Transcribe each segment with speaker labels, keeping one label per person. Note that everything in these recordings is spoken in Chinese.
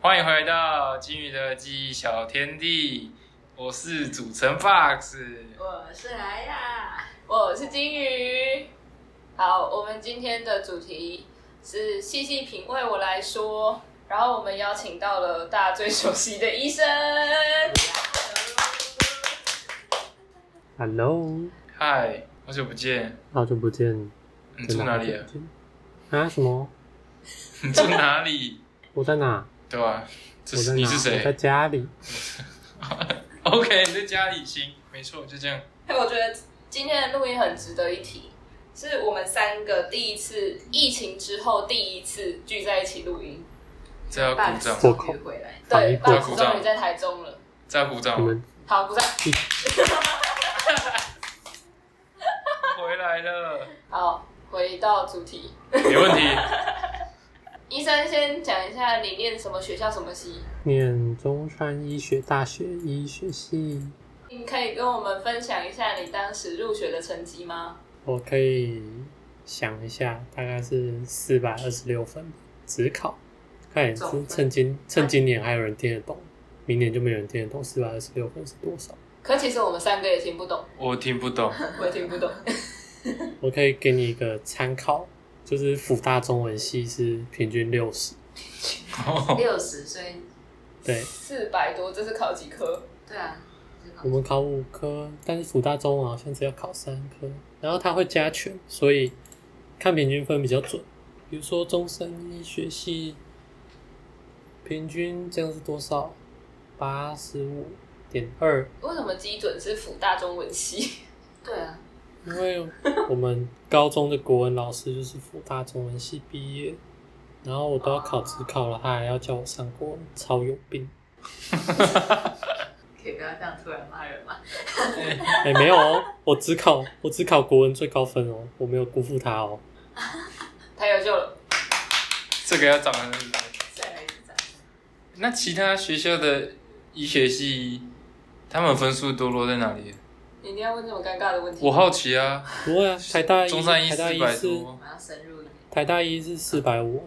Speaker 1: 欢迎回到金鱼的记忆小天地，我是主持人 Fox。
Speaker 2: 我是莱雅，
Speaker 3: 我是金鱼。好，我们今天的主题是细细品味我来说，然后我们邀请到了大家最熟悉的医生。
Speaker 4: Hello，
Speaker 1: 嗨，好久不见，
Speaker 4: 好久不见，
Speaker 1: 你住
Speaker 4: 真的
Speaker 1: 哪
Speaker 4: 好
Speaker 1: 里
Speaker 4: 久
Speaker 1: 啊
Speaker 4: 不？见？啊？什么？
Speaker 1: 你 住哪里？
Speaker 4: 我在哪？
Speaker 1: 对吧、啊？这
Speaker 4: 啊我
Speaker 1: 是
Speaker 4: 在哪？
Speaker 1: 你是
Speaker 4: 我在
Speaker 1: 谁
Speaker 4: 家里。
Speaker 1: ？OK，你在家里行，没错，就这样。
Speaker 3: 嘿，我觉得今天的录音很值得一提，是我们三个第一次疫情之后第一次聚在一起录音。
Speaker 1: 这要鼓掌，
Speaker 4: 我
Speaker 2: 终
Speaker 4: 靠
Speaker 2: 于回来，
Speaker 4: 好
Speaker 3: 对，
Speaker 4: 一
Speaker 3: 爸
Speaker 4: 波
Speaker 3: 终于在台中了。
Speaker 1: 这要鼓掌
Speaker 4: 我。们
Speaker 3: 好，不在。
Speaker 1: 我回来了，
Speaker 3: 好，回到主题，
Speaker 1: 没问题。
Speaker 3: 医生先讲一下你念什么学校什么系。
Speaker 4: 念中山医学大学医学系，
Speaker 3: 你可以跟我们分享一下你当时入学的成绩吗？
Speaker 4: 我可以想一下，大概是四百二十六分，只考。看也
Speaker 2: 总
Speaker 4: 是
Speaker 2: 分
Speaker 4: 趁今趁今年还有人听得懂，明年就没有人听得懂四百二十六分是多少。
Speaker 3: 可其实我们三个也听不 懂，
Speaker 1: 我听不懂，
Speaker 3: 我也听不懂。
Speaker 4: 我可以给你一个参考，就是辅大中文系是平均六十，
Speaker 2: 六十岁，
Speaker 4: 对，
Speaker 3: 四百多，这是考几科？
Speaker 2: 对啊，这
Speaker 4: 我
Speaker 2: 个
Speaker 4: 们考五科，但是辅大中文好像只要考三科，然后它会加权，所以看平均分比较准。比如说中山医学系平均这样是多少？八十五点二，
Speaker 3: 为什么基准是辅大中文系？
Speaker 2: 对啊，
Speaker 4: 因为我们高中的国文老师就是辅大中文系毕业，然后我都要考职考了，他还要叫我上国文，超有病。
Speaker 2: 可以不要这样突然骂人吗？
Speaker 4: 哎、没有哦，我只考我只考国文最高分哦，我没有辜负他哦。
Speaker 3: 他有救了，
Speaker 1: 这个要掌声是不是。
Speaker 2: 再来一次，再来一次
Speaker 1: 那其他学校的医学系，他们分数都落在哪里？
Speaker 3: 你一定要问这么尴尬的问题。
Speaker 1: 我好奇啊。
Speaker 4: 不会啊，台大一，
Speaker 1: 中山医
Speaker 4: 台大
Speaker 1: 四
Speaker 4: 一
Speaker 1: 百
Speaker 4: 是
Speaker 2: 我
Speaker 1: 多，
Speaker 2: 们要深入一点。
Speaker 4: 台大一是四百五，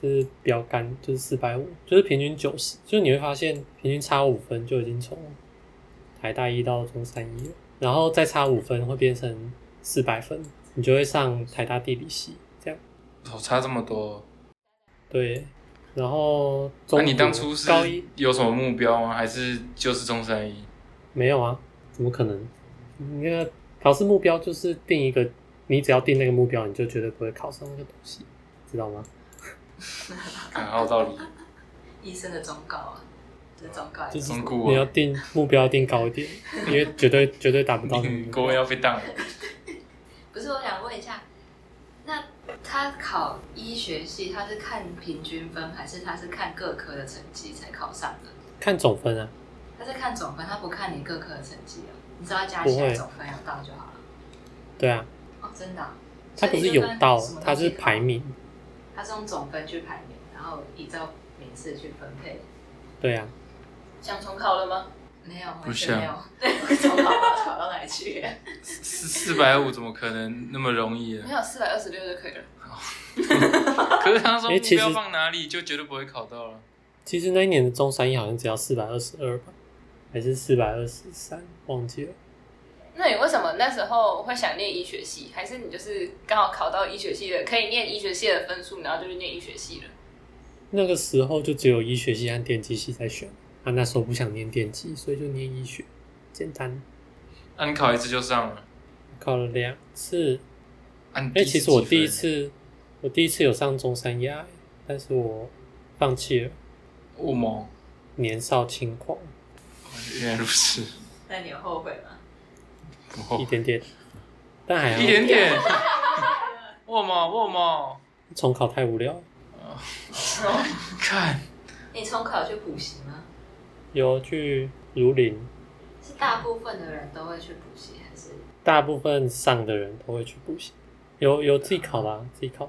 Speaker 4: 是标杆，就是四百五，就是平均九十，就是你会发现平均差五分就已经从台大一到中山一了，然后再差五分会变成四百分，你就会上台大地理系这样。
Speaker 1: 哦，差这么多。
Speaker 4: 对，然后
Speaker 1: 那、
Speaker 4: 中、
Speaker 1: 啊你当初是
Speaker 4: 高一
Speaker 1: 有什么目标吗？还是就是中山医？
Speaker 4: 没有啊，怎么可能？你那个考试目标就是定一个，你只要定那个目标，你就绝对不会考上那个东西，知道吗？
Speaker 1: 看啊好有道理，
Speaker 2: 医生的忠告啊，这是忠告还
Speaker 4: 就是是
Speaker 1: 中古
Speaker 4: 你要
Speaker 1: 啊，
Speaker 4: 定目标要定 高一点，因为绝对绝对达不到那个
Speaker 1: 你
Speaker 4: 目
Speaker 1: 国文
Speaker 4: 标。
Speaker 1: 要被当了。
Speaker 2: 不是，我想问一下，那他考医学系，他是看平均分，还是他是看各科的成绩才考上的？
Speaker 4: 看总分啊，
Speaker 2: 他是看总分，他不看你各科的成绩哦。你只要加
Speaker 4: 不
Speaker 2: 起来
Speaker 4: 会
Speaker 2: 总分有到就好了。
Speaker 4: 对啊，
Speaker 2: 哦，真的啊、
Speaker 4: 它不是有道
Speaker 2: 所以你就跟什么东西，啊考
Speaker 4: 它是排，名，
Speaker 2: 它是用总分去排名，然后依照名次去分配。
Speaker 4: 对啊，
Speaker 3: 想重考了吗？
Speaker 2: 没有，
Speaker 1: 不
Speaker 2: 完
Speaker 1: 是啊
Speaker 2: 全没有， 从考到考到哪里去？
Speaker 1: 四四百五怎么可能那么容易
Speaker 3: 没
Speaker 1: 啊？
Speaker 3: 有，四百二十六就可以了。
Speaker 1: 可是他说
Speaker 4: 哎
Speaker 1: 目
Speaker 4: 其实
Speaker 1: 标放哪里，就绝对不会考到了。
Speaker 4: 其实那一年的中山一好像只要四百二十二吧，还是四百二十三，忘记了。
Speaker 3: 那你为什么那时候会想念医学系？还是你就是刚好考到医学系的，可以念医学系的分数，然后就去念医学系了？
Speaker 4: 那个时候就只有医学系和电机系在选，啊，那时候不想念电机，所以就念医学，简单。
Speaker 1: 那、啊你考一次就上了。
Speaker 4: 考了两次，
Speaker 1: 啊，你
Speaker 4: 哎、
Speaker 1: 第一次
Speaker 4: 其实我
Speaker 1: 几分
Speaker 4: 第一次，我第一次有上中山亚，但是我放弃了，
Speaker 1: 我猛，
Speaker 4: 年少轻狂，
Speaker 1: 原来如 此，
Speaker 2: 那你有后 悔吗？
Speaker 4: 一
Speaker 1: 哦
Speaker 4: 点点，但还
Speaker 1: 一
Speaker 4: 好，
Speaker 1: 点点。我猛我猛，
Speaker 4: 重考太无聊了。
Speaker 1: 看
Speaker 2: 你重考去补习吗？
Speaker 4: 有去如林，
Speaker 2: 是大部分的人都会去补习，还是
Speaker 4: 大部分上的人都会去补习，有有自己考啦，
Speaker 1: 嗯
Speaker 4: 自己考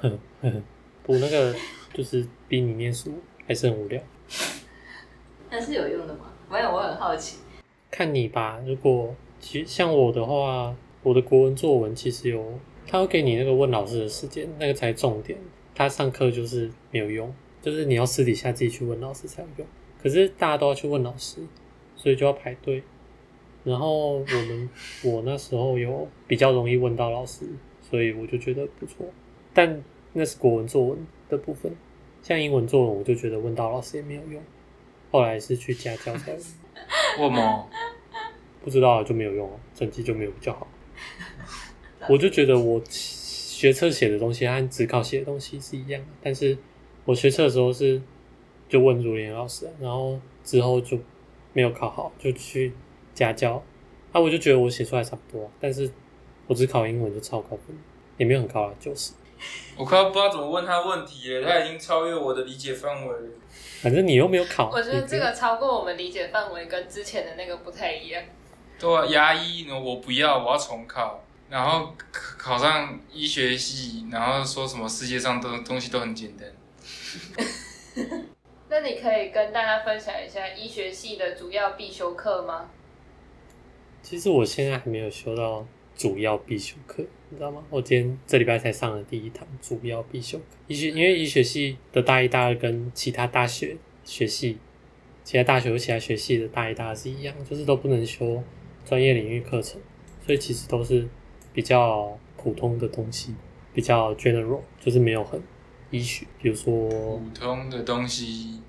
Speaker 4: 的，呵呵补那个就是逼你念书，还是很无聊。
Speaker 2: 那是有用的吗？没有，我很好奇。
Speaker 4: 看你吧。如果其实像我的话，我的国文作文其实有，他会给你那个问老师的时间，那个才重点。他上课就是没有用，就是你要私底下自己去问老师才有用。可是大家都要去问老师，所以就要排队。然后我们我那时候有比较容易问到老师，所以我就觉得不错。但那是国文作文的部分，像英文作文我就觉得问到老师也没有用。后来是去家教才有用，
Speaker 1: 为什么？
Speaker 4: 不知道就没有用了，成绩就没有比 较好。我就觉得我学测写的东西和职考写的东西是一样的，但是我学测的时候是就问如莲老师，啊然后之后就没有考好，就去家教。啊，我就觉得我写出来差不多，但是我只考英文就超高分，也没有很高啊，九十。
Speaker 1: 我快要不知道怎么问他问题了，他已经超越我的理解范围了。
Speaker 4: 反正你又没有考，
Speaker 3: 我觉得
Speaker 4: 你
Speaker 3: 这个超过我们理解范围，跟之前的那个不太一样。
Speaker 1: 对啊，牙医我不要，我要重考，然后考上医学系，然后说什么世界上的东西都很简单。
Speaker 3: 那你可以跟大家分享一下医学系的主要必修课吗？
Speaker 4: 其实我现在还没有修到主要必修课，你知道吗？我今天这礼拜才上了第一堂主要必修课。医学因为医学系的大一、大二跟其他大学学系、其他大学或其他学系的大一、大二是一样，就是都不能修专业领域课程，所以其实都是比较普通的东西，比较 general，就是没有很医学，比如说
Speaker 1: 普通的东西，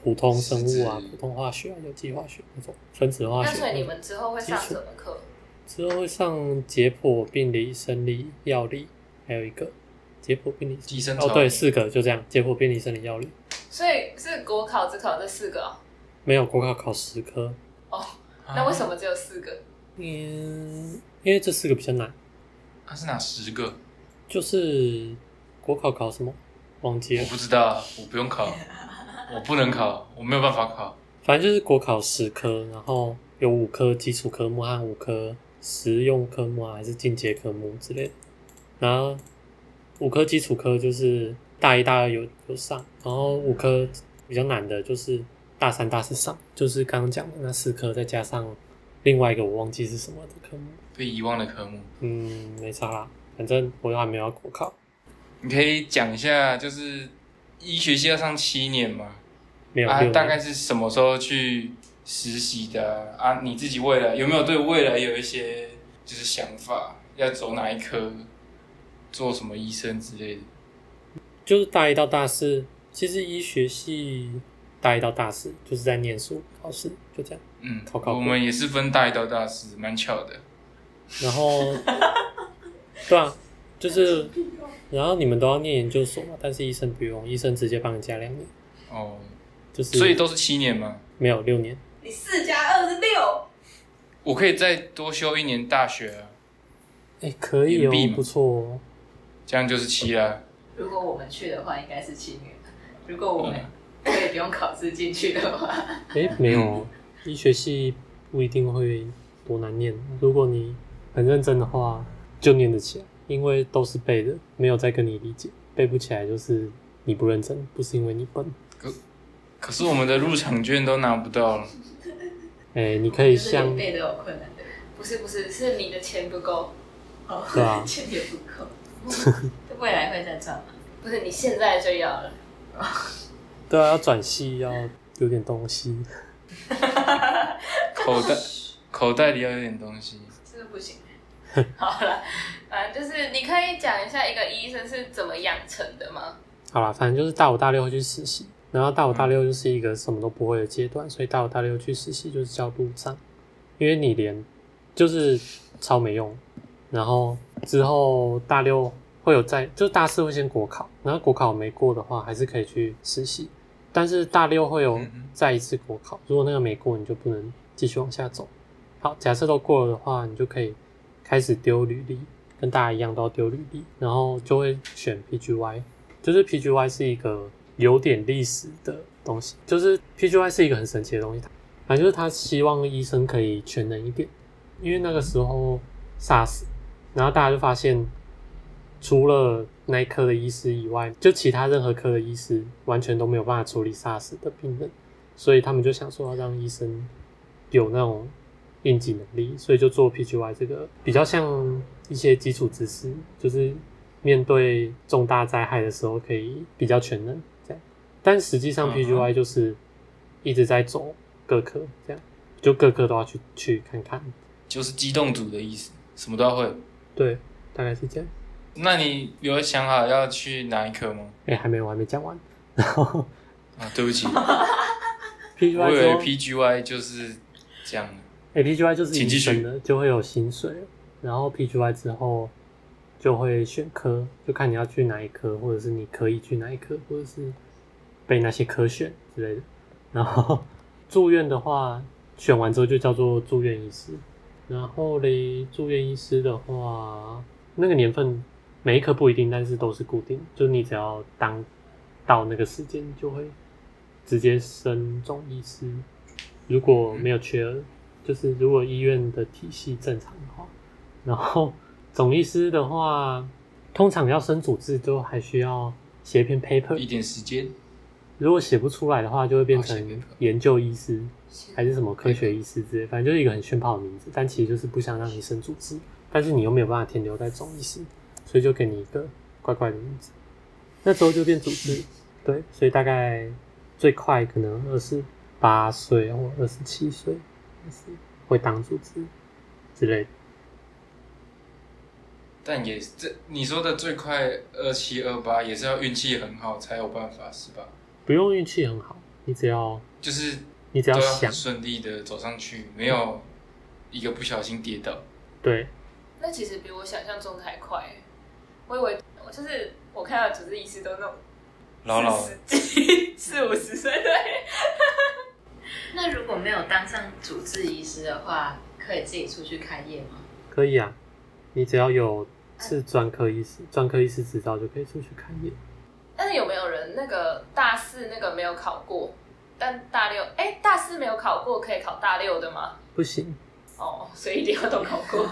Speaker 4: 普通生物啊
Speaker 1: 是、
Speaker 4: 普通化学啊、有机化学那种分子化
Speaker 3: 嗯那
Speaker 4: 学。
Speaker 3: 所以你们之后会上什么课？
Speaker 4: 之后会上解剖、病理、生理、药理，还有一个解剖、病理、
Speaker 1: 寄生虫
Speaker 4: 哦，对，四个就这样，解剖、病理、生理、药理。
Speaker 3: 所以是国考、只考这四个哦。
Speaker 4: 没有国考考十科，
Speaker 3: 那为
Speaker 1: 么？
Speaker 3: 什么只有四个？
Speaker 4: 嗯，因为这四个比较难，
Speaker 1: 他啊是哪十个？
Speaker 4: 就是国考考什么忘记
Speaker 1: 我
Speaker 4: 了，
Speaker 1: 不知道，我不用 考，我不能考，我没有办法考。
Speaker 4: 反正就是国考十科，然后有五科基础科目和五科实用科目啊，还是进阶科目之类的。然后五科基础科就是大一、大二有有上，然后五科比较难的就是大三、大四上，就是刚刚讲的那四科，再加上另外一个我忘记是什么的科目。
Speaker 1: 被遗忘的科目，
Speaker 4: 嗯，没差啦，反正我又还没有要国考。
Speaker 1: 你可以讲一下，就是医学系要上七年嘛？
Speaker 4: 没有、
Speaker 1: 啊
Speaker 4: 六，
Speaker 1: 大
Speaker 4: 年
Speaker 1: 概是什么时候去实习的啊？啊你自己未来有没有对未来有一些就是想法？要走哪一科？做什么医生之类的？
Speaker 4: 就是大一到大四，其实医学系大一到大四就是在念书考试，就这样。
Speaker 1: 嗯，
Speaker 4: 考考过
Speaker 1: 我们也是分大一到大四，蛮巧的。
Speaker 4: 然后，对啊，就是，然后你们都要念研究所嘛，但是医生不用，医生直接帮你加两年，
Speaker 1: 哦，
Speaker 4: 就是
Speaker 1: 所以都是七年嘛。
Speaker 4: 没有六年，
Speaker 2: 你四加二是六，
Speaker 1: 我可以再多修一年大学啊，
Speaker 4: 哎，可以
Speaker 1: 延毕
Speaker 4: 哦，
Speaker 1: 嘛
Speaker 4: 不错哦，
Speaker 1: 这样就是七啦。
Speaker 2: 如果我们去的话，应该是七年。如果我
Speaker 4: 嗯
Speaker 2: 们可以不用考试进去的话，
Speaker 4: 哎，没有哦，医学系不一定会多难念，如果你很认真的话，就念得起来，因为都是背的，没有再跟你理解，背不起来就是你不认真，不是因为你笨，
Speaker 1: 可是我们的入场券都拿不到了，
Speaker 4: 哎， 你可以
Speaker 2: 就是连
Speaker 4: 像，
Speaker 2: 背都有困难的。
Speaker 3: 不是不是，是你的钱不够，
Speaker 2: 哦
Speaker 4: 对啊
Speaker 2: 钱也不够， 未来会再赚吗？
Speaker 3: 不是你现在就要了。
Speaker 4: 对啊，要转系要有点东西，
Speaker 1: 口 袋口袋里要有点东西。
Speaker 2: 这个不行。
Speaker 3: 好了，反正就是你可以讲一下一个医生是怎么养成的吗？
Speaker 4: 好啦，反正就是大五大六会去实习，然后大五大六就是一个什么都不会的阶段，所以大五大六去实习就是叫路障，因为你连就是超没用。然后之后大六会有在，就大四会先国考，然后国考没过的话还是可以去实习，但是大六会有
Speaker 1: 嗯哼
Speaker 4: 再一次国考，如果那个没过，你就不能继续往下走。好，假设都过了的话，你就可以开始丢履历，跟大家一样都要丢履历，然后就会选 PGY，就是 PGY 是一个有点历史的东西，就是 PGY 是一个很神奇的东西，反正就是他希望医生可以全能一点，因为那个时候 SARS，然后大家就发现，除了那一科的医师以外，就其他任何科的医师完全都没有办法处理 SARS 的病人，所以他们就想说要啊让医生有那种应急能力，所以就做 PGY 这个比较像一些基础知识，就是面对重大灾害的时候可以比较全能这样。但实际上
Speaker 1: 嗯哼
Speaker 4: PGY 就是一直在走各科，这样就各科都要去去看看，
Speaker 1: 就是机动组的意思，什么都要会。
Speaker 4: 对，大概是这样。
Speaker 1: 那你有想好要去哪一科吗？
Speaker 4: 哎、还没有，我还没讲完。然后
Speaker 1: 啊，对不起，
Speaker 4: PGY
Speaker 1: 我以为
Speaker 4: 之后
Speaker 1: PGY 就是这样的。
Speaker 4: 哎、p g y 就是
Speaker 1: 请
Speaker 4: 医
Speaker 1: 继续
Speaker 4: 生的，就会有薪水了，然后 PGY 之后就会选科，就看你要去哪一科，或者是你可以去哪一科，或者是被那些科选之类的。然后住院的话，选完之后就叫做住院医师。然后嘞，住院医师的话，那个年份每一科不一定，但是都是固定，就你只要当到那个时间，就会直接升中医师。如果没有缺额，就是如果医院的体系正常的话，然后总医师的话，通常要升主治都还需要写一篇 paper，
Speaker 1: 一点时间，
Speaker 4: 如果写不出来的话，就会变
Speaker 1: 哦写
Speaker 4: 成
Speaker 1: paper
Speaker 4: 研究医师，
Speaker 2: 是
Speaker 4: 还是什么科学医师之类，反正就是一个很炫炮的名字，但其实就是不想让你升主治，但是你又没有办法停留在总医师，所以就给你一个怪怪的名字。那之后就变主 治，对，所以大概最快可能二十八岁或二十七岁，就是会当主治之类的。
Speaker 1: 但也这你说的最快二七二八也是要运气很好才有办法，是吧？
Speaker 4: 不用运气很好，你只要
Speaker 1: 就是
Speaker 4: 你只
Speaker 1: 都
Speaker 4: 要
Speaker 1: 要
Speaker 4: 想
Speaker 1: 很，顺利的走上去，没有一个不小心跌倒。
Speaker 4: 对，啊
Speaker 3: 那其实比我想象中的还快欸。我以为我就是我看到主治医师都那种
Speaker 1: 老老的
Speaker 3: 四十几、四五十岁，对，
Speaker 2: 那如果没有当上主治医师的话，可以自己出去开业吗？
Speaker 4: 可以啊，你只要有是专科医师，专科医师执照就可以出去开业。
Speaker 3: 但是有没有人那个大四那个没有考过，但大六哎、大四没有考过可以考大六的吗？
Speaker 4: 不行，
Speaker 3: 哦，所以一定要都考过。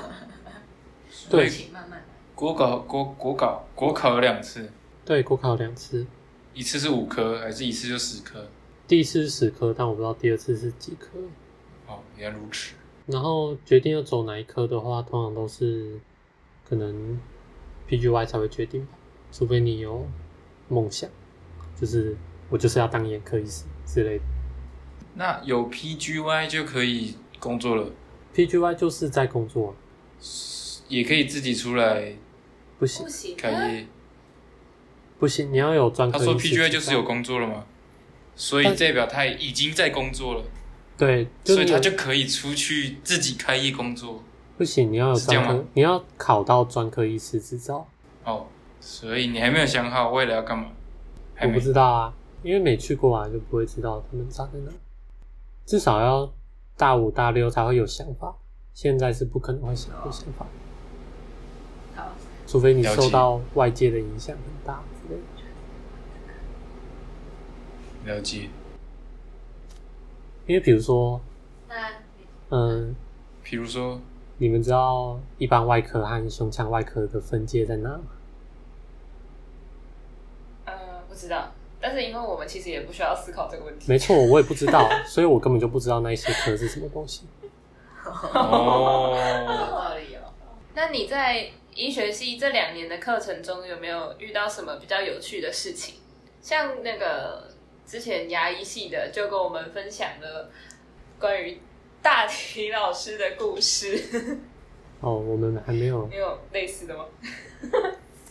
Speaker 4: 对
Speaker 2: 请慢慢来。
Speaker 1: 国考国国考国考有两次，
Speaker 4: 对，国考有两次，
Speaker 1: 一次是五科，还是一次就十科？
Speaker 4: 第一次是十科，但我不知道第二次是几科。
Speaker 1: 哦，原来如此。
Speaker 4: 然后决定要走哪一科的话，通常都是可能 PGY 才会决定吧，除非你有梦想，就是我就是要当眼科医师之类的。
Speaker 1: 那有 PGY 就可以工作了，
Speaker 4: PGY 就是在工作啊，
Speaker 1: 也可以自己出来
Speaker 4: 不行
Speaker 3: 不行
Speaker 1: 开
Speaker 3: 啊，
Speaker 1: 业。
Speaker 4: 不行，你要有专科
Speaker 1: 他
Speaker 4: 医师。
Speaker 1: 说 PGY 就是有，工作了吗？所以代表他已经在工作了，
Speaker 4: 对，
Speaker 1: 所以
Speaker 4: 是
Speaker 1: 他
Speaker 4: 有
Speaker 1: 就可以出去自己开业工作。
Speaker 4: 不行，你要有
Speaker 1: 是这样
Speaker 4: 专
Speaker 1: 吗
Speaker 4: 科，你要考到专科医师执照。
Speaker 1: 哦，所以你还没有想好未来要干嘛？还
Speaker 4: 我
Speaker 1: 没
Speaker 4: 不知道啊，因为没去过啊，就不会知道他们差在哪。至少要大五大六才会有想法，现在是不可能会想有想法，
Speaker 2: 好，
Speaker 4: 除非你
Speaker 1: 了解
Speaker 4: 受到外界的影响很大之类的。
Speaker 1: 了解。
Speaker 4: 因为比如说，
Speaker 2: 那
Speaker 4: 嗯，
Speaker 1: 比如说，
Speaker 4: 你们知道一般外科和胸腔外科的分界在哪吗？
Speaker 3: 呃，不知道。但是因为我们其实也不需要思考这个问题。
Speaker 4: 没错，我也不知道，所以我根本就不知道那一些科是什么东西。
Speaker 2: 有
Speaker 1: 哦，
Speaker 2: 道理哦。
Speaker 3: 那你在医学系这两年的课程中，有没有遇到什么比较有趣的事情？像那个之前牙医系的就跟我们分享了关于大体老师的故事，
Speaker 4: 哦，我们还没有
Speaker 3: 你有类似的吗？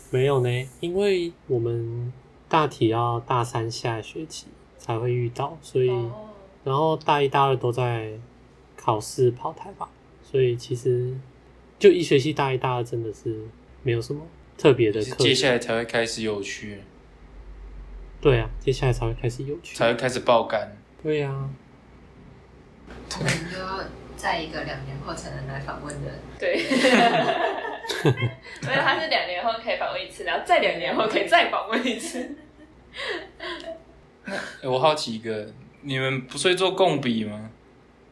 Speaker 4: 没有呢，因为我们大体要大三下学期才会遇到，所以、
Speaker 3: 哦，
Speaker 4: 然后大一、大二都在考试跑台吧，所以其实就医学系大一、大二真的是没有什么特别的
Speaker 1: 是
Speaker 4: 课。
Speaker 1: 接下来才会开始有趣，
Speaker 4: 对啊，接下来才会开始有趣。
Speaker 1: 才会开始爆肝。
Speaker 4: 对啊，
Speaker 2: 我们就要在一个两年后才能来访问的。
Speaker 3: 对，没有，他是两年后可以访问一次，然后再两年后可以再访问一次。
Speaker 1: 欸我好奇一个，你们不是会做共笔吗？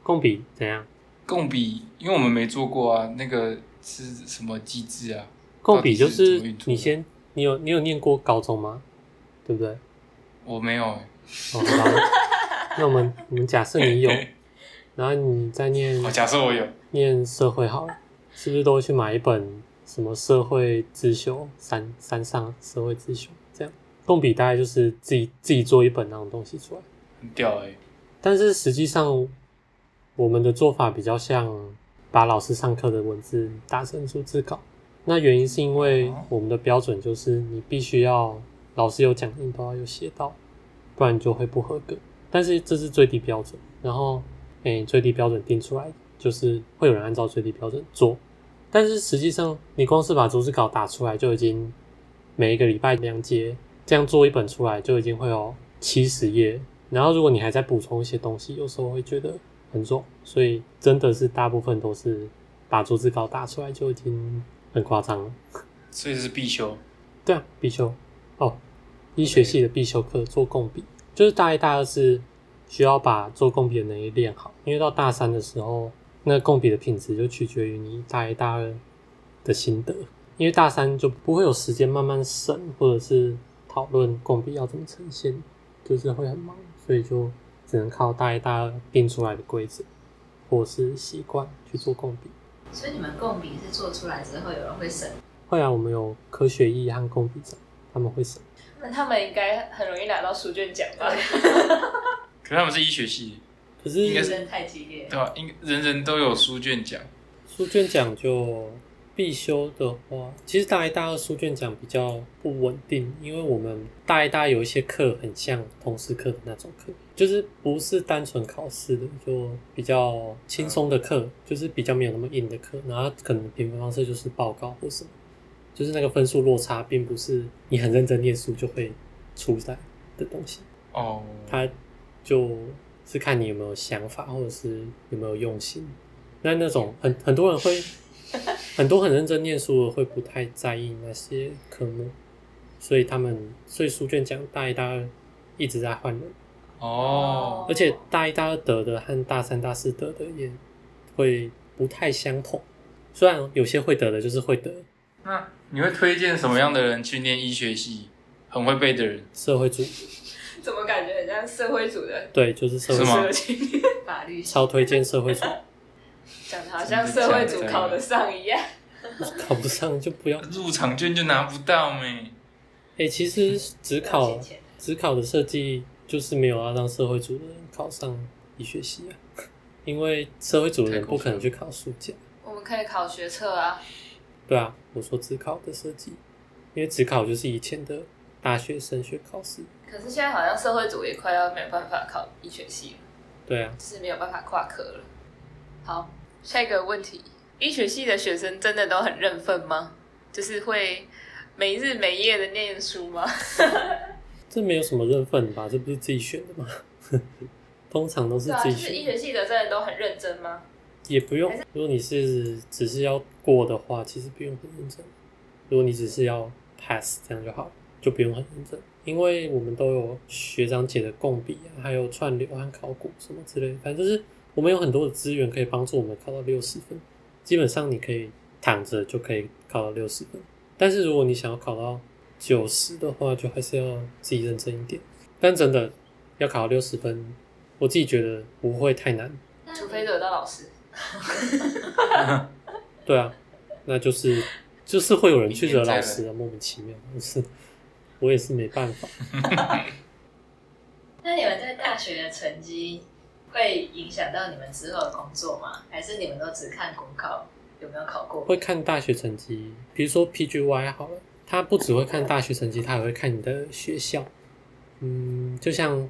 Speaker 4: 共笔怎样？
Speaker 1: 共笔，因为我们没做过啊，那个是什么机制啊？
Speaker 4: 共笔就
Speaker 1: 到底是怎么运作的
Speaker 4: 你先，你有你有念过高中吗？哦对 不对？
Speaker 1: 我没有、欸，
Speaker 4: 哦，好，那我们我们假设你 有，然后你再念
Speaker 1: 哦，假设我有，
Speaker 4: 念社会好了，是不是都会去买一本什么社会自修三三上社会自修这样？动笔大概就是自己自己做一本那种东西出来。
Speaker 1: 很屌哎、
Speaker 4: 但是实际上，我们的做法比较像把老师上课的文字打成逐字稿。那原因是因为我们的标准就是你必须要老师有讲，你都要有写到，不然就会不合格。但是这是最低标准，然后诶、最低标准定出来，就是会有人按照最低标准做。但是实际上，你光是把逐字稿打出来，就已经每一个礼拜两节这样做一本出来，就已经会有七十页。然后如果你还在补充一些东西，有时候会觉得很重，所以真的是大部分都是把逐字稿打出来就已经很夸张了。
Speaker 1: 所以这是必修。
Speaker 4: 对啊，必修哦，医学系的必修课做共笔，就是大一、大二是需要把做共笔的能力练好，因为到大三的时候，那共笔的品质就取决于你大一、大二的心得，因为大三就不会有时间慢慢审或者是讨论共笔要怎么呈现，就是会很忙，所以就只能靠大一、大二定出来的规则或是习惯去做共笔。
Speaker 2: 所以你们共笔是做出来之后，有人会审，
Speaker 4: 后啊来我们有科学意和共笔展，他们会审。
Speaker 3: 那他们应该很容易拿到书卷奖吧？
Speaker 1: 可是他们是医学系，
Speaker 4: 可是
Speaker 1: 应该是
Speaker 2: 真的太激烈
Speaker 1: 对。吧？应该人人都有书卷奖，
Speaker 4: 书卷奖就必修的话，其实大一、大二书卷奖比较不稳定，因为我们大一、大二有一些课很像通识课的那种课，就是不是单纯考试的，就比较轻松的课，就是比较没有那么硬的课，然后它可能评分方式就是报告或什么，就是那个分数落差并不是你很认真念书就会出来的东西。
Speaker 1: 哦，
Speaker 4: 他就是看你有没有想法，或者是有没有用心。那那种很很多人会，很多很认真念书的会不太在意那些科目，所以他们所以书卷奖大一大二一直在换人，
Speaker 1: 哦，
Speaker 4: 而且大一大二得的和大三大四得的也会不太相同。虽然有些会得的就是会得，
Speaker 1: 那你会推荐什么样的人去念医学系？很会背的人，
Speaker 4: 社会主义
Speaker 3: 怎么感觉很像社会组的
Speaker 4: 对就是社会
Speaker 1: 是
Speaker 4: 主
Speaker 1: 吗
Speaker 3: 社
Speaker 4: 义，
Speaker 3: 群？
Speaker 2: 法律系
Speaker 4: 超推荐社会主义，
Speaker 3: 讲的好像社会组考得上一样。
Speaker 4: 考不上就不要。
Speaker 1: 入场券就拿不到没？
Speaker 4: 哎、其实只
Speaker 2: 要
Speaker 4: 考
Speaker 2: 写钱
Speaker 4: 职考的设计就是没有要让社会组的人考上医学系啊，因为社会组的人不可能去考书甲。
Speaker 3: 我们可以考学测啊，
Speaker 4: 对啊，我说职考的设计，因为职考就是以前的大学升学考试。
Speaker 3: 可是现在好像社会组也快要没有办法考医学系了，
Speaker 4: 对啊，
Speaker 3: 就是没有办法跨科了。好，下一个问题：医学系的学生真的都很认份吗？就是会没日没夜的念书 吗？
Speaker 4: 这没有什么认份吧？这不是自己选的吗？ 通常都是
Speaker 3: 对啊，
Speaker 4: 自
Speaker 3: 就
Speaker 4: 己
Speaker 3: 是医
Speaker 4: 选，
Speaker 3: 学系的真的都很认真吗？
Speaker 4: 也不用。如果你是只是要过的话，其实不用很认真。如果你只是要 pass 这样就好，就不用很认真，因为我们都有学长姐的共笔啊，还有串流和考古什么之类的，反正就是我们有很多的资源可以帮助我们考到六十分。基本上你可以躺着就可以考到六十分，但是如果你想要考到九十的话，就还是要自己认真一点。但真的要考到六十分，我自己觉得不会太难。
Speaker 2: 那
Speaker 3: 除非惹到老师。
Speaker 4: 对啊，那就是就是会有人去惹
Speaker 1: 明天再
Speaker 4: 老
Speaker 1: 来
Speaker 4: 师啊，莫名其妙，就是我也是没办法。
Speaker 2: 那你们在大学的成绩会影响到你们之后的工作吗？还是你们都只看国考有没有考 过？
Speaker 4: 会看大学成绩，比如说 PGY 好了，他不只会看大学成绩，他也会看你的学校。嗯，就像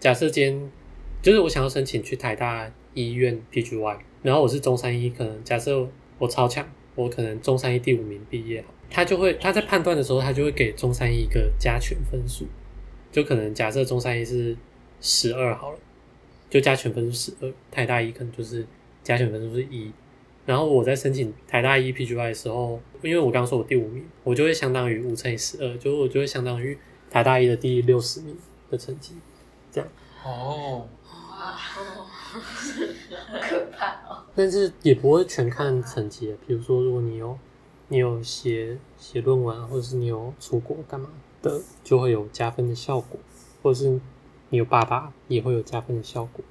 Speaker 4: 假设今天就是我想要申请去台大医院 PGY，然后我是中山医，可能假设我超强，我可能中山医第五名毕业，他就会他在判断的时候，他就会给中山医一个加权分数，就可能假设中山医是十二好了，就加权分数十二，台大医可能就是加权分数是一。然后我在申请台大一 PGY 的时候，因为我刚说我第五名，我就会相当于五乘以十二，就是我就会相当于台大一的第六十名的成绩。
Speaker 1: 哦，
Speaker 2: 哇，好可怕哦！
Speaker 4: 但是也不会全看成绩的，比如说如果你有你有写写论文啊，或者是你有出国干嘛的，就会有加分的效果，或者是你有爸爸也会有加分的效果。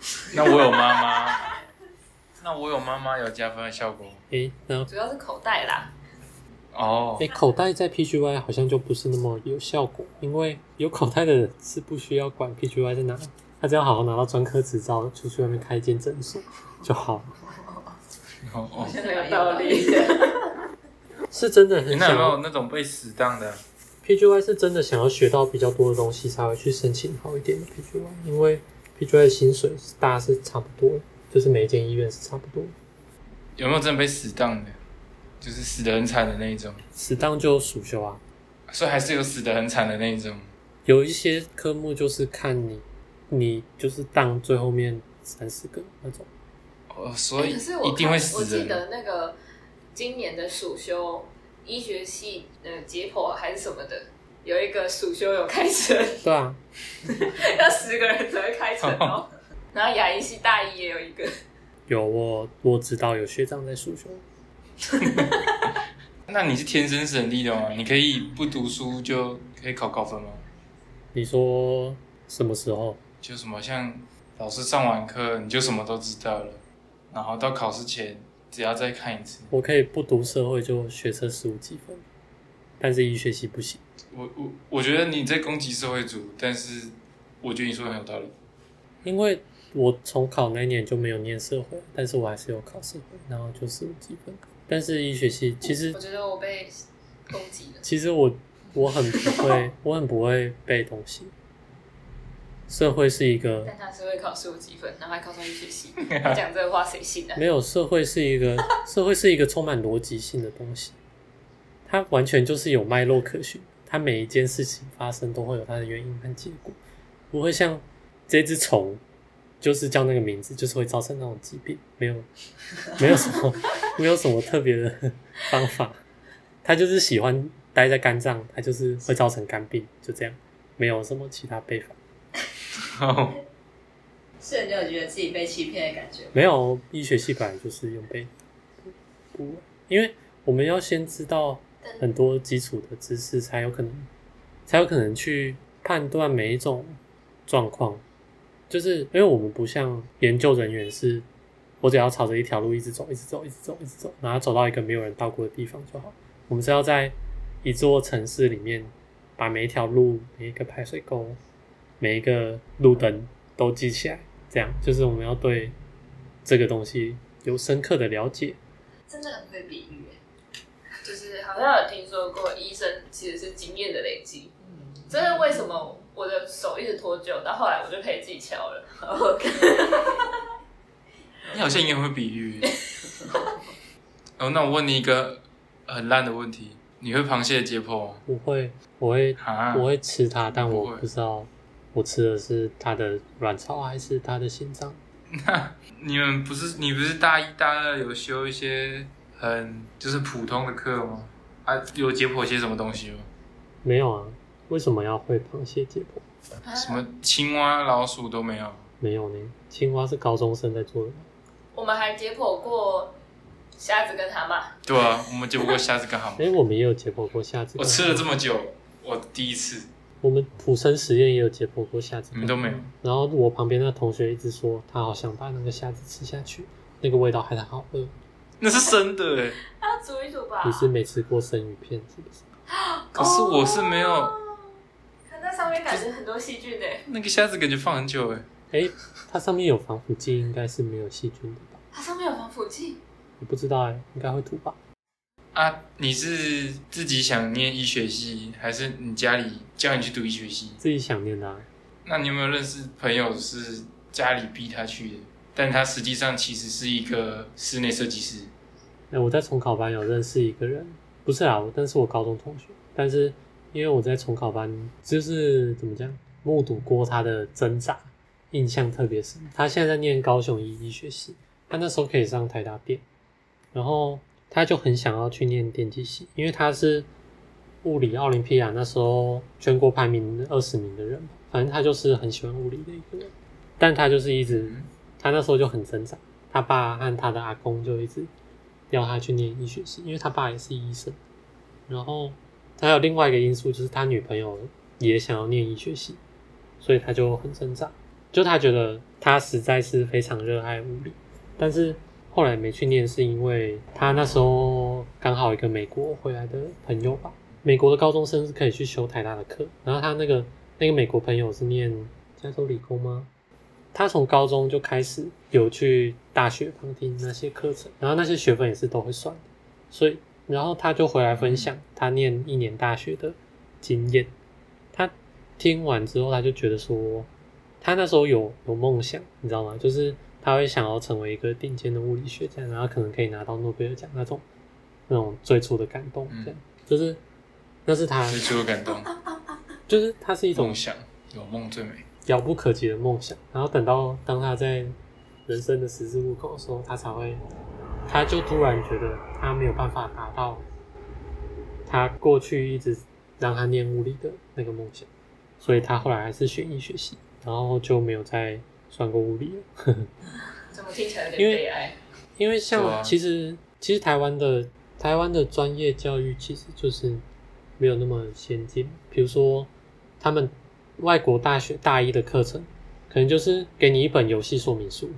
Speaker 1: 那我有妈妈，那我有妈妈有加分的效果。
Speaker 4: 诶，然后
Speaker 3: 主要是口袋啦，
Speaker 1: 哦
Speaker 4: 哎，，口袋在 PGY 好像就不是那么有效果，因为有口袋的人是不需要管 PGY 在哪，他只要好好拿到专科执照，出去外面开一间诊所就好了。
Speaker 1: 哦哦，
Speaker 2: 真
Speaker 3: 很
Speaker 2: 的
Speaker 3: 有道理。
Speaker 4: 是真的很
Speaker 1: 那有
Speaker 4: 想
Speaker 1: 没有
Speaker 4: 要
Speaker 1: 那种被死当的？
Speaker 4: PGY 是真的想要学到比较多的东西才会去申请好一点的 PGY，因为 PGY 的薪水大家是差不多的，就是每一间医院是差不多的。
Speaker 1: 有没有真的被死当的？就是死的很惨的那一种，
Speaker 4: 死当就有暑修啊，
Speaker 1: 所以还是有死的很惨的那一种。
Speaker 4: 有一些科目就是看你，你就是当最后面三四个那种。
Speaker 1: 哦，所以
Speaker 3: 哎可是我
Speaker 1: 一定
Speaker 3: 看
Speaker 1: 会
Speaker 3: 我
Speaker 1: 死
Speaker 3: 记
Speaker 1: 人。
Speaker 3: 得那个今年的暑修医学系呃解剖还是什么的，有一个暑修有开成，
Speaker 4: 对啊，
Speaker 3: 要十个人才会开成哦。 然后牙医系大一也有一个，
Speaker 4: 有我我知道有学长在暑修，
Speaker 1: 那你是天生神力的吗？你可以不读书就可以考高分吗？
Speaker 4: 你说什么时候？
Speaker 1: 就什么像老师上完课你就什么都知道了，然后到考试前只要再看一次。
Speaker 4: 我可以不读社会就学测十五几分，但是医学系不行。
Speaker 1: 我我我觉得你在攻击社会主义，但是我觉得你说的很有道理。
Speaker 4: 因为我从考那一年就没有念社会，但是我还是有考社会，然后就十五几分。但是医学系其实
Speaker 3: 我觉得我被攻击了。
Speaker 4: 其实我我很不会，我很不会背东西。社会是一个
Speaker 3: 但他是会考十五几分，然后还考上医学系，他讲这个话谁信啊？
Speaker 4: 没有社会是一个社会是一个充满逻辑性的东西，它完全就是有脉络可循，它每一件事情发生都会有它的原因和结果，不会像这只虫，就是叫那个名字，就是会造成那种疾病，没有没有什么没有什么特别的 方法，它就是喜欢待在肝脏，它就是会造成肝病，就这样，没有什么其他背法。
Speaker 2: 所以你有觉得自己被欺骗的感觉吗？
Speaker 4: 没有，医学系本来就是用背，不，不因为我们要先知道很多基础的知识，才有可能，才有可能去判断每一种状况。就是因为我们不像研究人员是，我只要朝着一条路一直走，一直走，一直走，一直走，然后走到一个没有人到过的地方就好。我们是要在一座城市里面，把每一条路、每一个排水沟、每一个路灯都记起来，这样就是我们要对这个东西有深刻的了解。
Speaker 2: 真的很会比喻耶，
Speaker 3: 就是好像有听说过，医生其实是经验的累积。
Speaker 2: 嗯，
Speaker 3: 这是为什么我的手一直脱臼，到后来我就可以自己敲 了。
Speaker 1: 你好像也会比喻。 哦，那我问你一个很烂的问题：你会螃蟹解剖吗？
Speaker 4: 我会，我会，
Speaker 1: 啊，
Speaker 4: 我会吃它，但
Speaker 1: 不
Speaker 4: 我
Speaker 1: 会
Speaker 4: 不知道我吃的是它的卵巢还是它的心脏。
Speaker 1: 你们不是你不是大一大二有修一些很就是普通的课吗？啊，有解剖些什么东西吗？
Speaker 4: 没有啊，为什么要会螃蟹解剖？
Speaker 3: 啊
Speaker 1: 什么青蛙、老鼠都没有。
Speaker 4: 没有呢，青蛙是高中生在做的吗。
Speaker 3: 我们还解剖过虾子跟蛤蟆，
Speaker 1: 对啊，我们解剖过虾子跟蛤蟆。
Speaker 4: 哎，我们也有解剖过虾子。
Speaker 1: 我吃了这么久，我第一次，
Speaker 4: 我们普生实验也有解剖过虾子。
Speaker 1: 你们都没有。
Speaker 4: 然后我旁边那同学一直说，他好想把那个虾子吃下去，那个味道害他好饿。
Speaker 1: 那是生的哎、
Speaker 3: 啊，煮一煮吧。
Speaker 4: 你是没吃过生鱼片是不是？
Speaker 1: 可是我是没有
Speaker 3: 哦。它那上面感觉很多细菌呢、
Speaker 1: 那个虾子，感觉放很久哎、
Speaker 4: 哎，它上面有防腐剂，应该是没有细菌的吧？
Speaker 3: 它上面有防腐剂。
Speaker 4: 我不知道哎，应该会吐吧？
Speaker 1: 啊，你是自己想念医学系，还是你家里叫你去读医学系？
Speaker 4: 自己想念的、啊。
Speaker 1: 那你有没有认识朋友是家里逼他去的？但他实际上其实是一个室内设计师。
Speaker 4: 哎，我在重考班有认识一个人，不是啦，我但是我高中同学，但是因为我在重考班，就是怎么讲，目睹过他的挣扎，印象特别深。他现在在念高雄医医学系，他那时候可以上台大电，然后他就很想要去念电机系，因为他是物理奥林匹亚那时候全国排名二十名的人吧，反正他就是很喜欢物理的一个人，但他就是一直
Speaker 1: 嗯，
Speaker 4: 他那时候就很挣扎，他爸和他的阿公就一直要他去念医学系，因为他爸也是医生。然后还有另外一个因素就是他女朋友也想要念医学系，所以他就很挣扎。就他觉得他实在是非常热爱物理，但是后来没去念是因为他那时候刚好一个美国回来的朋友吧，美国的高中生是可以去修台大的课，然后他那个那个美国朋友是念加州理工吗？他从高中就开始有去大学旁听那些课程，然后那些学分也是都会算的，所以然后他就回来分享他念一年大学的经验。他听完之后，他就觉得说，他那时候有有梦想，你知道吗？就是他会想要成为一个顶尖的物理学家，然后可能可以拿到诺贝尔奖那种那种最初的感动，这样、就是那是他
Speaker 1: 最初的感动，
Speaker 4: 就是他是一种
Speaker 1: 梦想有梦最美。
Speaker 4: 遥不可及的梦想，然后等到当他在人生的十字路口的时候，他才会，他就突然觉得他没有办法达到他过去一直让他念物理的那个梦想，所以他后来还是选医学系，然后就没有再算过物理了。
Speaker 3: 怎么听起来有
Speaker 4: 因
Speaker 3: 点
Speaker 4: 为
Speaker 3: 悲哀？
Speaker 4: 因为像、
Speaker 1: 对啊
Speaker 4: 其实其实台湾的台湾的专业教育其实就是没有那么先进，比如说他们外国大学大一的课程，可能就是给你一本游戏说明书，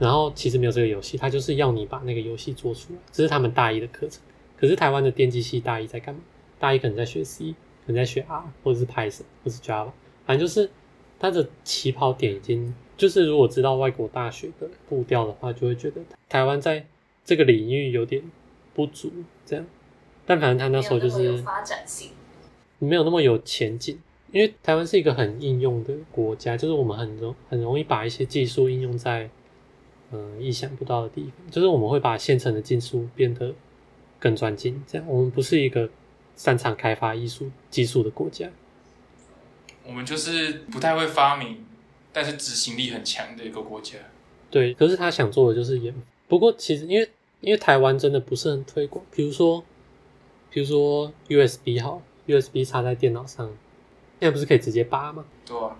Speaker 4: 然后其实没有这个游戏，他就是要你把那个游戏做出来，这是他们大一的课程。可是台湾的电机系大一在干嘛？大一可能在学 C，可能在学 R，或者是 Python，或是 Java，反正就是它的起跑点已经，就是如果知道外国大学的步调的话，就会觉得台湾在这个领域有点不足，这样。但反正他那时候就
Speaker 3: 没有那么
Speaker 4: 是
Speaker 3: 有发展性，
Speaker 4: 没有那么有前景，因为台湾是一个很应用的国家，就是我们很容很容易把一些技术应用在嗯、呃意想不到的地方，就是我们会把现成的技术变得更专精，这样我们不是一个擅长开发艺术技术的国家。
Speaker 1: 我们就是不太会发明，但是执行力很强的一个国家。
Speaker 4: 对，可是他想做的就是研。不过其实因为因为台湾真的不是很推广，比如说比如说 USB 好，USB 插在电脑上，现在不是可以直接拔吗？
Speaker 1: 对啊，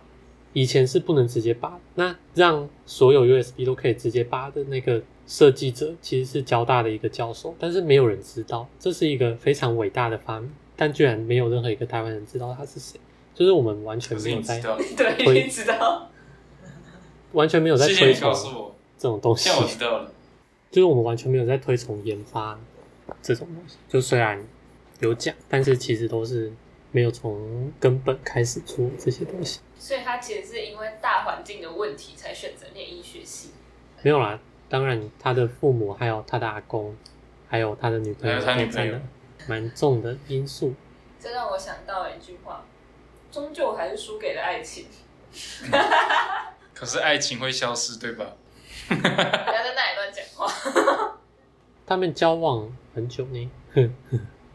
Speaker 4: 以前是不能直接拔，那让所有 USB 都可以直接拔的那个设计者其实是交大的一个教授，但是没有人知道这是一个非常伟大的发明，但居然没有任何一个台湾人知道他是谁，就是我们完全
Speaker 1: 可是
Speaker 4: 没有
Speaker 1: 你知
Speaker 4: 在
Speaker 1: 道，
Speaker 3: 对，
Speaker 4: 推
Speaker 3: 你知道，
Speaker 4: 完全没有在
Speaker 1: 谢谢
Speaker 4: 推哦
Speaker 1: 你告
Speaker 4: 崇
Speaker 1: 诉我，
Speaker 4: 这种东西
Speaker 1: 现在，我知道了。
Speaker 4: 就是我们完全没有在推崇研发这种东西，就虽然有讲，但是其实都是没有从根本开始做这些东西。
Speaker 3: 所以他其实是因为大环境的问题才选择念医学系。
Speaker 4: 没有啦，当然他的父母还有他的阿公，还有他的女朋
Speaker 1: 还
Speaker 4: 友，
Speaker 1: 有他女朋友
Speaker 4: 都占了蛮重的因素。
Speaker 3: 这让我想到了一句话：终究还是输给了爱 情。
Speaker 1: 可是爱情会消失，对吧？
Speaker 3: 不要在那里乱讲话。
Speaker 4: 他们交往很久呢， 哼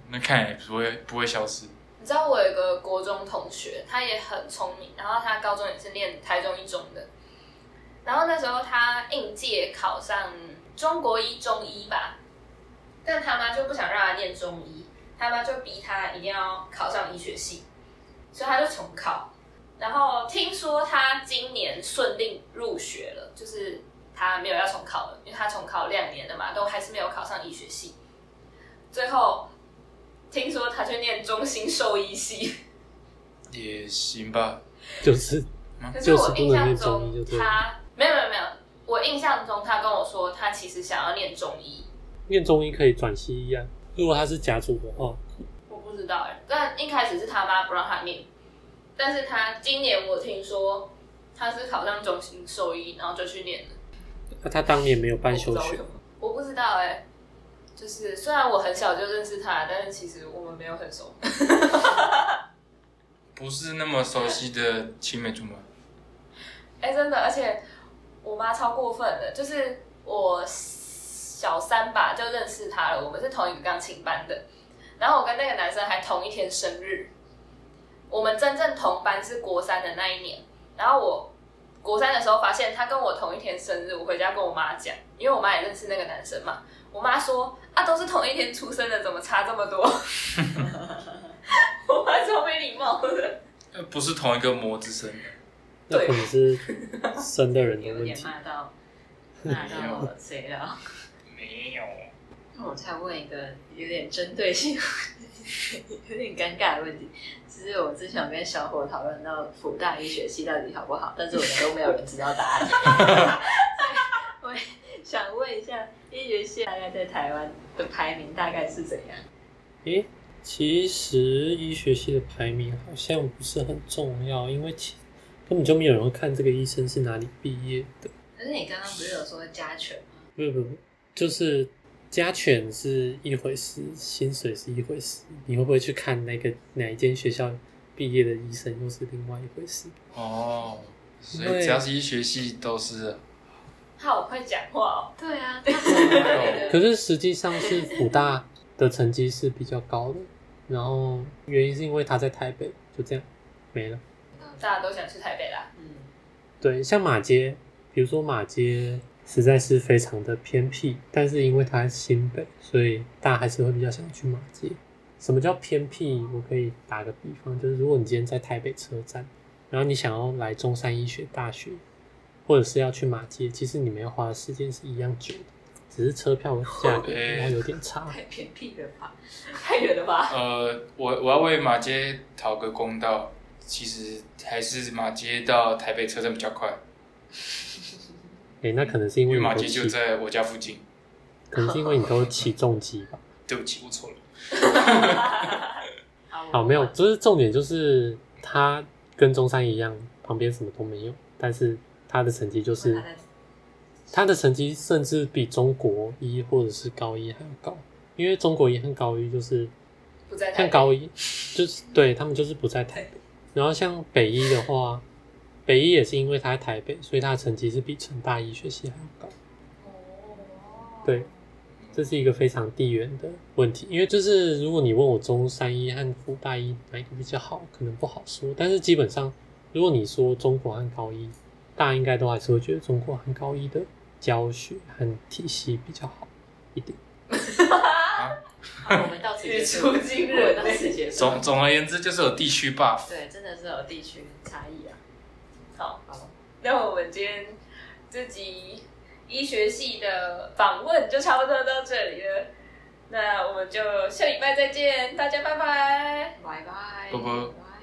Speaker 1: 那看来也不会不会消失。
Speaker 3: 你知道我有一个国中同学，他也很聪明，然后他高中也是念台中一中的，然后那时候他应届考上中国一中一吧，但他妈就不想让他念中医，他妈就逼他一定要考上医学系，所以他就重考。然后听说他今年顺利入学了，就是他没有要重考了，因为他重考两年了嘛，都还是没有考上医学系。最后听说他去念中心兽医系，
Speaker 1: 也行吧，
Speaker 4: 就是
Speaker 3: 可是
Speaker 4: 就是
Speaker 3: 我
Speaker 4: 不
Speaker 3: 印
Speaker 4: 能
Speaker 3: 象
Speaker 4: 念中医就
Speaker 3: 中
Speaker 4: 对了
Speaker 3: 他没有没有没有，我印象中他跟我说他其实想要念中医，
Speaker 4: 念中医可以转西医啊。如果他是甲组的话，
Speaker 3: 我不知道哎、但一开始是他妈不让他念，但是他今年我听说他是考上中心兽医，然后就去念了。
Speaker 4: 那他当年没有
Speaker 3: 我不
Speaker 4: 办
Speaker 3: 知
Speaker 4: 休
Speaker 3: 道为
Speaker 4: 学
Speaker 3: 什，么，我不知道哎、就是虽然我很小就认识他，但是其实我们没有很熟。
Speaker 1: 不是那么熟悉的青梅竹马，
Speaker 3: 哎、真的，而且我妈超过分的，就是我小三吧就认识他了，我们是同一个钢琴班的，然后我跟那个男生还同一天生日，我们真正同班是国三的那一年，然后我国三的时候发现他跟我同一天生日，我回家跟我妈讲，因为我妈也认识那个男生嘛，我妈说啊都是同一天出生的，怎么差这么多？ 我妈超没礼貌的，
Speaker 1: 呃，不是同一个模子生的，
Speaker 4: 那
Speaker 3: 对
Speaker 4: 可能是生的人的
Speaker 2: 有
Speaker 4: 问
Speaker 2: 点
Speaker 4: 题。
Speaker 2: 骂到骂到谁了？
Speaker 1: 没有。
Speaker 2: 那我再问一个有点针对性、 有点尴尬的问题，其实我之前有跟小伙讨论到福大医学系到底好 不好，但是我们都没有人知道答案。所以我想问一下，
Speaker 3: 现大概在台湾的排名大概是怎样？
Speaker 4: 诶，其实医学系的排名好像不是很重要，因为其根本就没有人会看这个医生是哪里毕业的。
Speaker 2: 可是你刚刚不是有说加权吗？
Speaker 4: 不不不，就是加权是一回事，薪水是一回事，你会不会去看那个哪一间学校毕业的医生又是另外一回事。
Speaker 1: 哦，所以
Speaker 4: 对
Speaker 1: 只要是医学系都是啊
Speaker 3: 好，我会讲话哦。
Speaker 2: 对啊，
Speaker 1: 哎
Speaker 4: 可是实际上是辅大的成绩是比较高的，然后原因是因为他在台北，就这样没了。
Speaker 3: 大家都想去台北啦。
Speaker 2: 嗯，
Speaker 4: 对，像马街，比如说马街实在是非常的偏僻，但是因为它是新北，所以大家还是会比较想去马街。什么叫偏僻？我可以打个比方，就是如果你今天在台北车站，然后你想要来中山医学大学，或者是要去马街，其实你们要花的时间是一样久的，只是车票价
Speaker 1: 哦
Speaker 4: 格可能
Speaker 1: 哎
Speaker 4: 会有点差。
Speaker 2: 太偏僻了吧？
Speaker 3: 太远了吧？
Speaker 1: 呃，我我要为马街讨个公道，其实还是马街到台北车站比较快，
Speaker 4: 诶，哎那可能是因
Speaker 1: 因为
Speaker 4: 为你
Speaker 1: 马
Speaker 4: 都
Speaker 1: 街就
Speaker 4: 骑，
Speaker 1: 在我家附近。
Speaker 4: 可能是因为你都骑重机吧。
Speaker 1: 对不起，我错了。
Speaker 2: 好
Speaker 4: 哦好，没有，就是重点就是他跟中山一样，旁边什么都没有，但是他的成绩
Speaker 2: 嗯
Speaker 4: 就是他的成绩甚至比中国一或者是高一还要高，因为中国一和高一就是
Speaker 3: 不在台
Speaker 4: 像
Speaker 3: 北。
Speaker 4: 高一就是对他们就是不在台北，然后像北一的话，北一也是因为他在台北，所以他的成绩是比成大医学系还要高。
Speaker 3: 哦
Speaker 4: 对，这是一个非常地缘的问题，因为就是如果你问我中山一和复大一哪一个比较好，可能不好说。但是基本上，如果你说中国和高一，大家应该都还是会觉得中国和高一的教学和体系比较好一点。
Speaker 2: 好，我们到此结束，
Speaker 3: 语出惊人
Speaker 2: 我们到此结束。
Speaker 1: 总总而言之，就是有地区 buff。
Speaker 2: 对，真的是有地区差异啊。
Speaker 3: 好，
Speaker 2: 好，
Speaker 3: 那我们今天这集医学系的访问就差不多到这里了。那我们就下礼拜再见，大家拜拜。
Speaker 2: 拜拜，
Speaker 1: 啵啵
Speaker 2: 拜。